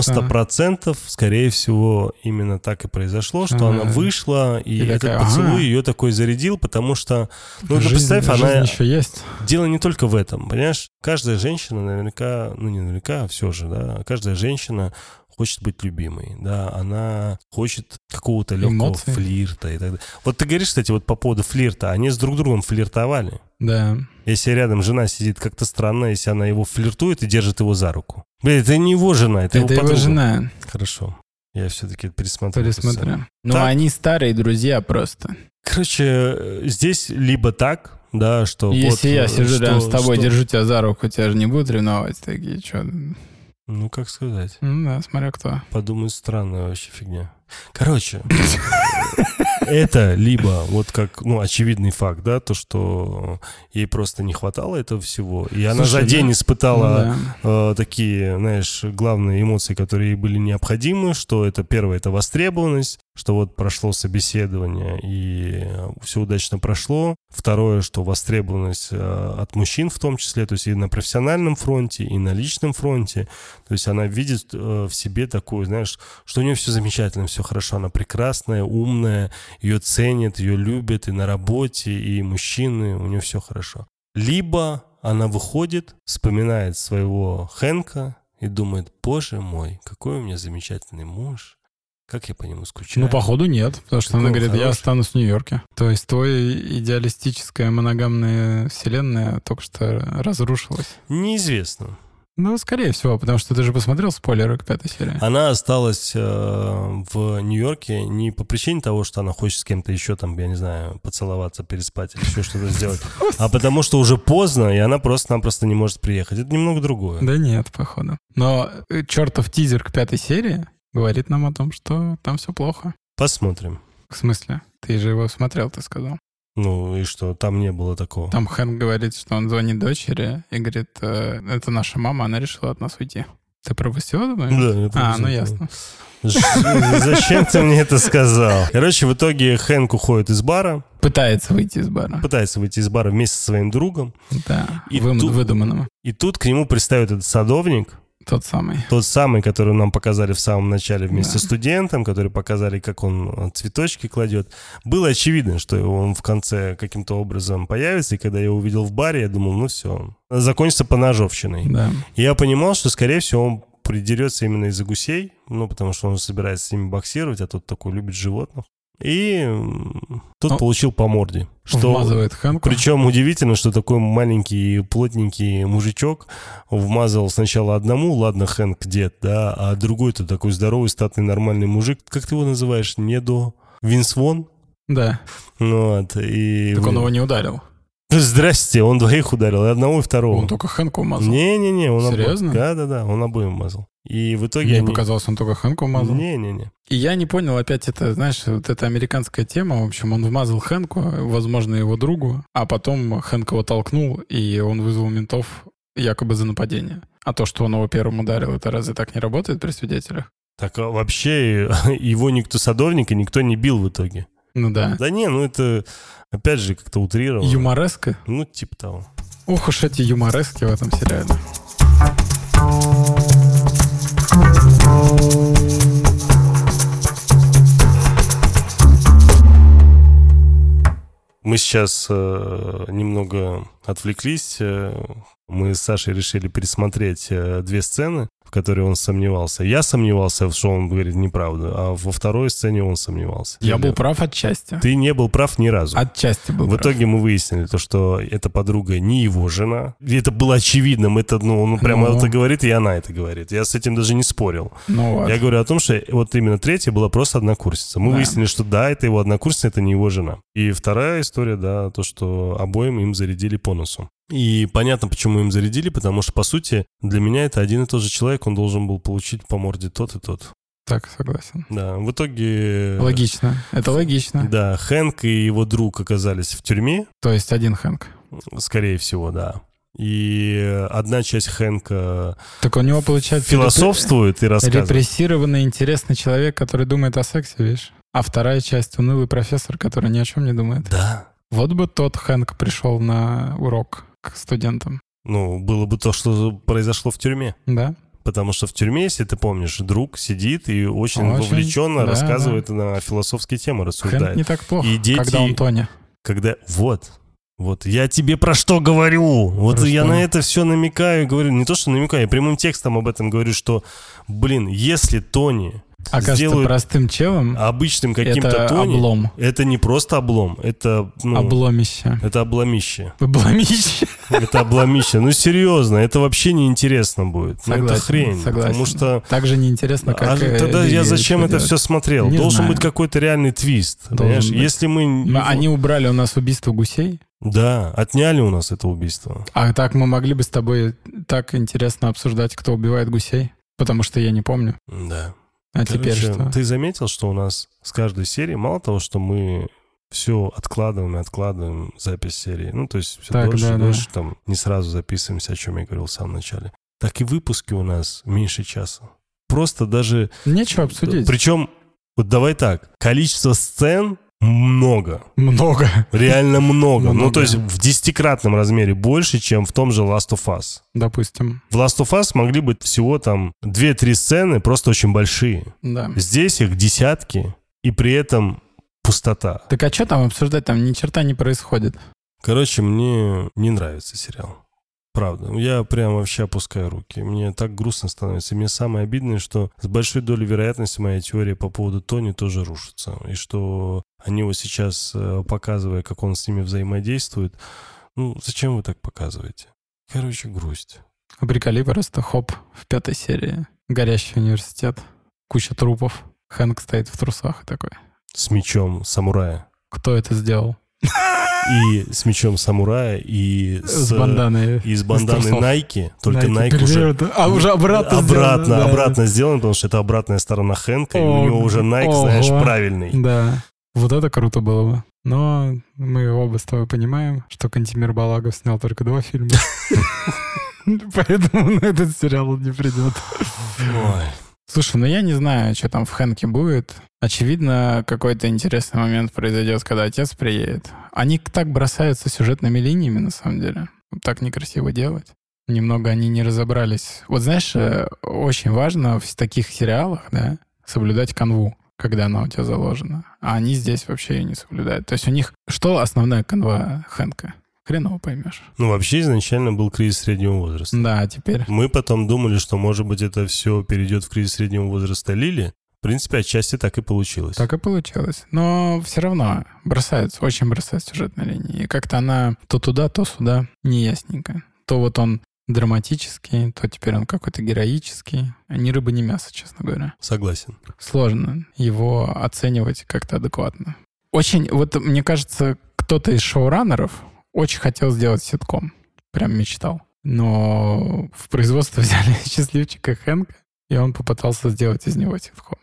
A: 90% скорее всего именно так и произошло, что
B: Ага.
A: она вышла, и
B: И
A: этот
B: такая,
A: поцелуй
B: ага.
A: ее такой зарядил, потому что, ну, ты
B: Жизнь-
A: представь, она...
B: Жизнь еще есть.
A: Дело не только в этом, понимаешь? Каждая женщина наверняка, ну, не наверняка, а все же, да, каждая женщина хочет быть любимой, да, она хочет какого-то легкого
B: Эмоций.
A: флирта и так далее. Вот ты говоришь, кстати, вот по поводу флирта, они с друг другом флиртовали.
B: Да.
A: Если рядом жена сидит как-то странно, если она его флиртует и держит его за руку. Блин, это не его жена, это, его
B: это его
A: подруга.
B: жена,
A: Хорошо. Я все-таки
B: то
A: пересмотрел.
B: ли
A: эту сцену.
B: смотрю. Ну,
A: Так.
B: они старые друзья просто.
A: Короче, э, здесь либо так, да, что...
B: Если
A: вот,
B: я
A: э,
B: сижу
A: что-
B: рядом с тобой,
A: что-
B: держу тебя за руку, тебя же не будут ревновать. Такие, что?
A: Ну, как сказать?
B: Ну да, смотря кто.
A: Подумаю, странная вообще фигня. Короче, это либо вот как, ну, очевидный факт, да, то, что ей просто не хватало этого всего, и она
B: Слушай,
A: за день
B: да.
A: испытала...
B: Ну да.
A: э, такие, знаешь, главные эмоции, которые ей были необходимы, что это первое, это востребованность, что вот прошло собеседование и все удачно прошло. Второе, что востребованность э, от мужчин в том числе, то есть и на профессиональном фронте, и на личном фронте. То есть она видит э, в себе такую, знаешь, что у нее все замечательно, все хорошо, она прекрасная, умная, ее ценят, ее любят и на работе, и мужчины, у нее все хорошо. Либо она выходит, вспоминает своего Хэнка и думает, боже мой, какой у меня замечательный муж, как я по нему скучаю.
B: Ну, походу, нет, потому что она
A: Какой
B: говорит, я
A: хороший.
B: останусь в Нью-Йорке. То есть твоя идеалистическая моногамная вселенная только что разрушилась.
A: Неизвестно.
B: Ну, скорее всего, потому что ты же посмотрел спойлеры к пятой серии.
A: Она осталась э, в Нью-Йорке не по причине того, что она хочет с кем-то еще там, я не знаю, поцеловаться, переспать или еще что-то сделать, а потому что уже поздно, и она просто-напросто не может приехать. Это немного другое.
B: Да нет, походу. Но э, чертов тизер к пятой серии говорит нам о том, что там все плохо.
A: Посмотрим.
B: В смысле? Ты же его смотрел, ты сказал.
A: Ну и что, там не было такого.
B: Там Хэнк говорит, что он звонит дочери и говорит, э, это наша мама, она решила от нас уйти. Ты пропустил это? момент?
A: Да, это
B: А, ну
A: обязательно.
B: ясно.
A: Ж- Зачем ты мне это сказал? Короче, в итоге Хэнк уходит из бара,
B: Пытается выйти из бара.
A: пытается выйти из бара вместе со своим другом.
B: Да,
A: И
B: вым-
A: тут-
B: выдуманного.
A: И тут к нему пристает этот садовник,
B: Тот самый.
A: тот самый, который нам показали в самом начале вместе
B: Да.
A: с студентом, который показали, как он э, цветочки кладет. Было очевидно, что он в конце каким-то образом появится, и когда я его увидел в баре, я думал, ну все, закончится поножовщиной.
B: Да.
A: И Я понимал, что, скорее всего, он придерется именно из-за гусей, ну, потому что он собирается с ними боксировать, а тот такой любит животных. И м, тот
B: Ну,
A: получил по морде. Что...
B: Вмазывает Хэнку.
A: Причем удивительно, что такой маленький, плотненький мужичок вмазал сначала одному, ладно, Хэнк дед, да, а другой-то такой здоровый, статный, нормальный мужик. Как ты его называешь? Недо... Винсвон?
B: Да.
A: Вот, и...
B: Так он его не ударил.
A: Здрасте, он двоих ударил, и одного, и второго.
B: Он только Хэнку умазал.
A: Не-не-не, он
B: Серьезно?
A: Да, да, да, он обоим мазал. И в итоге.
B: Мне
A: они-
B: показалось, он только Хэнку умазал.
A: Не-не-не.
B: И я не понял, опять это, знаешь, вот эта американская тема. В общем, он вмазал Хэнку, возможно, его другу, а потом Хэнк его толкнул, и он вызвал ментов якобы за нападение. А то, что он его первым ударил, это разве так не работает при свидетелях?
A: Так а вообще э, его никто садовника никто не бил в итоге.
B: Ну да.
A: Да не, ну это опять же как-то утрировано.
B: Юмореска?
A: Ну, типа того.
B: Ох уж эти юморески в этом сериале.
A: Мы сейчас э, немного отвлеклись. э, Мы с Сашей решили пересмотреть э, две сцены, в которые он сомневался. Я сомневался, что он говорит неправду, а во второй сцене он сомневался.
B: Я был прав отчасти.
A: Ты не был прав ни разу.
B: Отчасти был
A: В
B: прав.
A: итоге мы выяснили то, что эта подруга не его жена. И Это было очевидным. Это, ну, он прямо
B: Ну.
A: это говорит, и она это говорит. Я с этим даже не спорил.
B: Ну вот.
A: Я говорю о том, что вот именно третья была просто однокурсница. Мы
B: Да.
A: выяснили, что да, это его однокурсница, это не его жена. И вторая история, да, то, что обоим им зарядили по носу. И понятно, почему им зарядили, потому что, по сути, для меня это один и тот же человек, он должен был получить по морде тот и тот.
B: Так, согласен.
A: Да, в итоге...
B: Логично. Это логично.
A: Э, Да, Хэнк и его друг оказались в тюрьме,
B: То есть один Хэнк.
A: скорее всего, да. И одна часть Хэнка
B: Так у него получается...
A: философствует и
B: репре-
A: рассказывает.
B: Репрессированный интересный человек, который думает о сексе, видишь? А вторая часть — унылый профессор, который ни о чем не думает.
A: Да.
B: Вот бы тот Хэнк пришел на урок к студентам.
A: Ну, было бы то, что произошло в тюрьме.
B: Да?
A: Потому что в тюрьме, если ты помнишь, друг сидит и очень,
B: Очень,
A: вовлеченно
B: да,
A: рассказывает на философские темы,
B: Хэнк
A: рассуждает.
B: не так плохо,
A: И дети-
B: когда он Тони.
A: Когда вот, вот я тебе про что говорю, вот
B: Про
A: я
B: что?
A: на это все намекаю, говорю, не то что намекаю, я прямым текстом об этом говорю, что, блин, если Тони
B: Окажется
A: сделают-
B: простым челом,
A: обычным каким-то
B: это
A: Тони,
B: облом.
A: это не просто облом, это ну,
B: Обломище.
A: это обломище,
B: Обломище.
A: это обломище. Ну серьезно, это вообще неинтересно будет, Ну, это
B: Согласен,
A: хрень, потому
B: согласен.
A: что
B: Так же неинтересно, как...
A: А
B: э,
A: тогда я
B: Ливия
A: зачем это
B: делает.
A: все смотрел?
B: Не
A: Должен
B: знаю.
A: быть какой-то реальный твист.
B: Должен
A: понимаешь?
B: быть.
A: Если мы...
B: Но
A: его-
B: Они убрали у нас убийство гусей,
A: Да, отняли у нас это убийство.
B: а так мы могли бы с тобой так интересно обсуждать, кто убивает гусей, потому что я не помню.
A: Да.
B: А теперь
A: Короче,
B: что?
A: Ты заметил, что у нас с каждой серии, мало того, что мы все откладываем и откладываем запись серии, ну, то есть все
B: Так,
A: дольше и
B: да, да.
A: дольше, там, не сразу записываемся, о чем я говорил в самом начале, так и выпуски у нас меньше часа. Просто даже...
B: Нечего обсудить.
A: Причем, вот давай так, количество сцен много.
B: Много.
A: Реально много. Ну,
B: Много.
A: то есть в десятикратном размере больше, чем в том же Last of Us.
B: Допустим.
A: В Last of Us могли быть всего там 2-3 сцены, просто очень большие.
B: Да.
A: Здесь их десятки, и при этом пустота.
B: Так а что там обсуждать? Там ни черта не происходит.
A: Короче, мне не нравится сериал. Правда. Я прям вообще опускаю руки. Мне так грустно становится. И мне самое обидное, что с большой долей вероятности моя теория по поводу Тони тоже рушится. И что они его сейчас, э, показывая, как он с ними взаимодействует, ну, зачем вы так показываете? Короче, грусть.
B: А Приколи просто хоп в пятой серии. Горящий университет. Куча трупов. Хэнк стоит в трусах и такой.
A: С мечом самурая.
B: Кто это сделал?
A: И с мечом самурая, и с,
B: С банданой.
A: И с
B: Из
A: банданой
B: трусов.
A: Nike. Только Nike,
B: Nike
A: уже
B: перевернута. А уже обратно
A: обратно,
B: сделано, да.
A: обратно сделан, потому что это обратная сторона Хэнка, и
B: О,
A: у него уже Nike,
B: ого.
A: знаешь, правильный.
B: Да. Вот это круто было бы. Но мы оба с тобой понимаем, что Кантимир Балагов снял только два фильма. Поэтому на этот сериал не придет.
A: Ой.
B: Слушай, ну я не знаю, что там в Хэнке будет. Очевидно, какой-то интересный момент произойдет, когда отец приедет. Они так бросаются сюжетными линиями, на самом деле. Так некрасиво делать. Немного они не разобрались. Вот знаешь, э, очень важно в таких сериалах, да, соблюдать канву, когда она у тебя заложена. А они здесь вообще ее не соблюдают. То есть у них что основная канва Хэнка? Хреново поймешь.
A: Ну, вообще изначально был кризис среднего возраста.
B: Да, а теперь...
A: Мы потом думали, что, может быть, это все перейдет в кризис среднего возраста Лили. В принципе, отчасти так и получилось.
B: Так и получилось. Но все равно бросается, очень бросается сюжетная линия. И как-то она то туда, то сюда, неясненько. То вот он драматический, то теперь он какой-то героический. Ни рыба, ни мясо, честно говоря.
A: Согласен.
B: Сложно его оценивать как-то адекватно. Очень, вот мне кажется, кто-то из шоураннеров очень хотел сделать ситком. Прям мечтал. Но в производство взяли счастливчика Хэнка, и он попытался сделать из него ситком.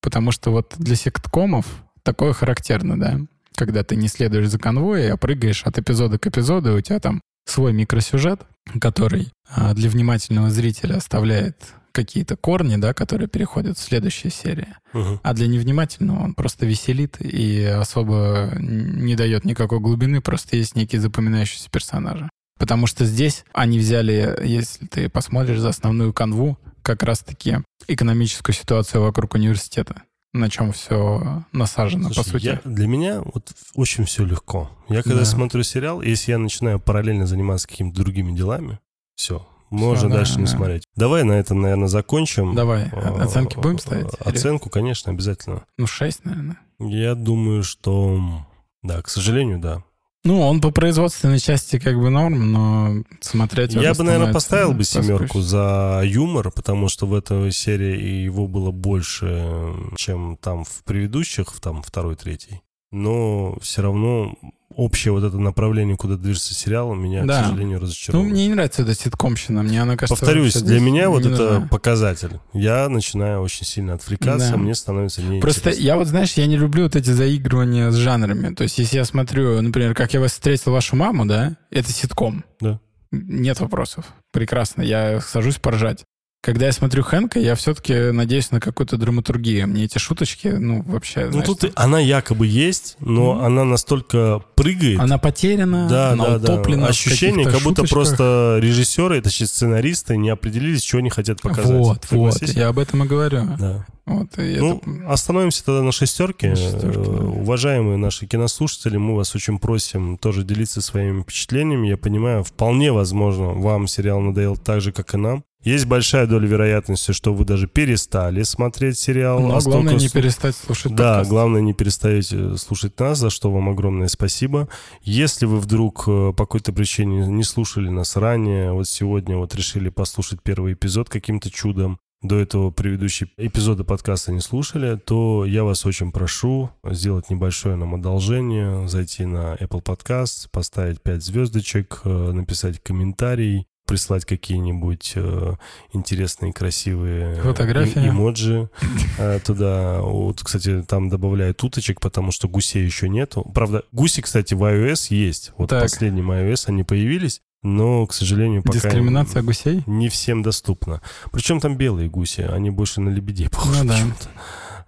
B: Потому что вот для ситкомов такое характерно, да? Когда ты не следуешь за конвоем, а прыгаешь от эпизода к эпизоду, и у тебя там свой микросюжет, который а, для внимательного зрителя оставляет какие-то корни, да, которые переходят в следующие серии.
A: Мгм.
B: А для невнимательного он просто веселит и особо не дает никакой глубины, просто есть некие запоминающиеся персонажи. Потому что здесь они взяли, если ты посмотришь за основную канву, как раз-таки экономическую ситуацию вокруг университета, на чем все насажено, по
A: Слушай,
B: сути.
A: я- для меня вот очень все легко. Я когда
B: Да.
A: смотрю сериал, если я начинаю параллельно заниматься какими-то другими делами, все, можно
B: да,
A: дальше не
B: да.
A: смотреть. Давай на этом, наверное, закончим.
B: Давай,
A: Э,
B: о- оценки будем ставить?
A: Оценку, конечно, обязательно.
B: Ну, 6, наверное.
A: Я думаю, что... м, Да, к сожалению, да.
B: Ну, он по производственной части как бы норм, но смотреть...
A: Я
B: уже
A: бы, наверное,
B: становится
A: поставил бы
B: тоскующе.
A: семерку за юмор, потому что в этой серии и его было больше, э, чем там в предыдущих, в там второй, третий. Но все равно общее вот это направление, куда движется сериал, меня,
B: Да.
A: к сожалению,
B: Ну,
A: разочаровало.
B: мне не нравится эта ситкомщина. Мне она кажется...
A: Повторюсь,
B: вообще
A: для
B: здесь
A: меня вот
B: не
A: это
B: нужна.
A: показатель. Я начинаю очень сильно отвлекаться,
B: Да.
A: мне становится не
B: Просто я вот, знаешь, я не люблю вот эти заигрывания с жанрами. То есть, если я смотрю, например, «Как я вас встретил, вашу маму», да, это ситком.
A: Да.
B: Нет вопросов. Прекрасно, я сажусь поржать. Когда я смотрю Хэнка, я все-таки надеюсь на какую-то драматургию. Мне эти шуточки, ну, вообще,
A: Ну
B: знаешь,
A: тут
B: там,
A: и- она якобы есть, но
B: Мгм.
A: она настолько прыгает.
B: она потеряна,
A: да,
B: она
A: да, да.
B: утоплена в
A: Ощущение,
B: каких-то
A: как будто
B: шуточках.
A: просто режиссеры, точнее сценаристы, не определились, чего они хотят показать.
B: Вот, вот,
A: Согласись?
B: я об этом и говорю.
A: Да.
B: Вот, и
A: Ну,
B: это-
A: остановимся тогда на шестерке.
B: На шестерке,
A: Э,
B: да.
A: Уважаемые наши кинослушатели, мы вас очень просим тоже делиться своими впечатлениями. Я понимаю, вполне возможно, вам сериал надоел так же, как и нам. Есть большая доля вероятности, что вы даже перестали смотреть сериал.
B: Но
A: а
B: Ну, главное
A: столько
B: не
A: с-
B: перестать слушать
A: да,
B: подкаст.
A: главное не перестаете слушать нас, за что вам огромное спасибо. Если вы вдруг э, по какой-то причине не слушали нас ранее, вот сегодня вот решили послушать первый эпизод каким-то чудом, до этого предыдущие эпизоды подкаста не слушали, то я вас очень прошу сделать небольшое нам одолжение, зайти на Apple Podcast, поставить 5 звездочек, э, написать комментарий, прислать какие-нибудь э, интересные, красивые э,
B: Фотографии.
A: э- эмоджи, э, туда. Вот, кстати, там добавляют уточек, потому что гусей еще нету. Правда, гуси, кстати, в iOS есть. Вот
B: Так.
A: в последнем iOS они появились, но, к сожалению, пока...
B: Дискриминация гусей?
A: Не всем доступно. Причем там белые гуси, они больше на лебедей похожи
B: Ну да.
A: почему-то.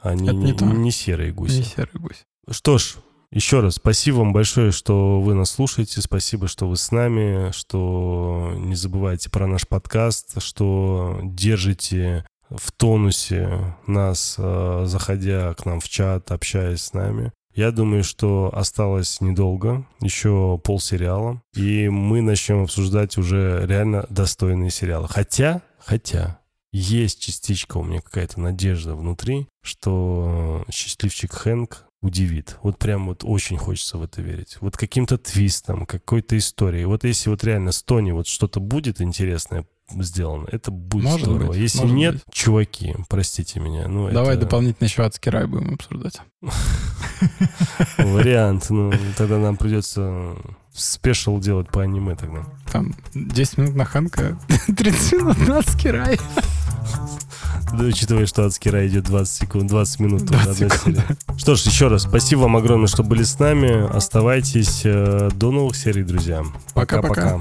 A: Они
B: Это не
A: не,
B: то.
A: не серые гуси.
B: Не серый гусь.
A: Что ж, еще раз спасибо вам большое, что вы нас слушаете, спасибо, что вы с нами, что не забывайте про наш подкаст, что держите в тонусе нас, э, заходя к нам в чат, общаясь с нами. Я думаю, что осталось недолго, еще полсериала, и мы начнем обсуждать уже реально достойные сериалы. Хотя, хотя, есть частичка у меня какая-то надежда внутри, что счастливчик Хэнк удивит. Вот прям вот очень хочется в это верить. Вот каким-то твистом, какой-то историей. Вот если вот реально с Тони вот что-то будет интересное сделано, это будет
B: Может
A: здорово.
B: быть,
A: если
B: может
A: нет,
B: быть.
A: чуваки, простите меня. Ну,
B: Давай
A: это
B: дополнительно еще адский рай будем обсуждать.
A: Вариант. Ну, тогда нам придется спешл делать по аниме тогда.
B: Там 10 минут на Ханка, 30 минут на адский рай.
A: Да, учитывая, что адский рай идет 20 секунд, 20 минут. тут
B: 20
A: одна
B: секунд.
A: серия. Что ж, еще раз, спасибо вам огромное, что были с нами. Оставайтесь. э, До новых серий, друзья.
B: Пока-пока.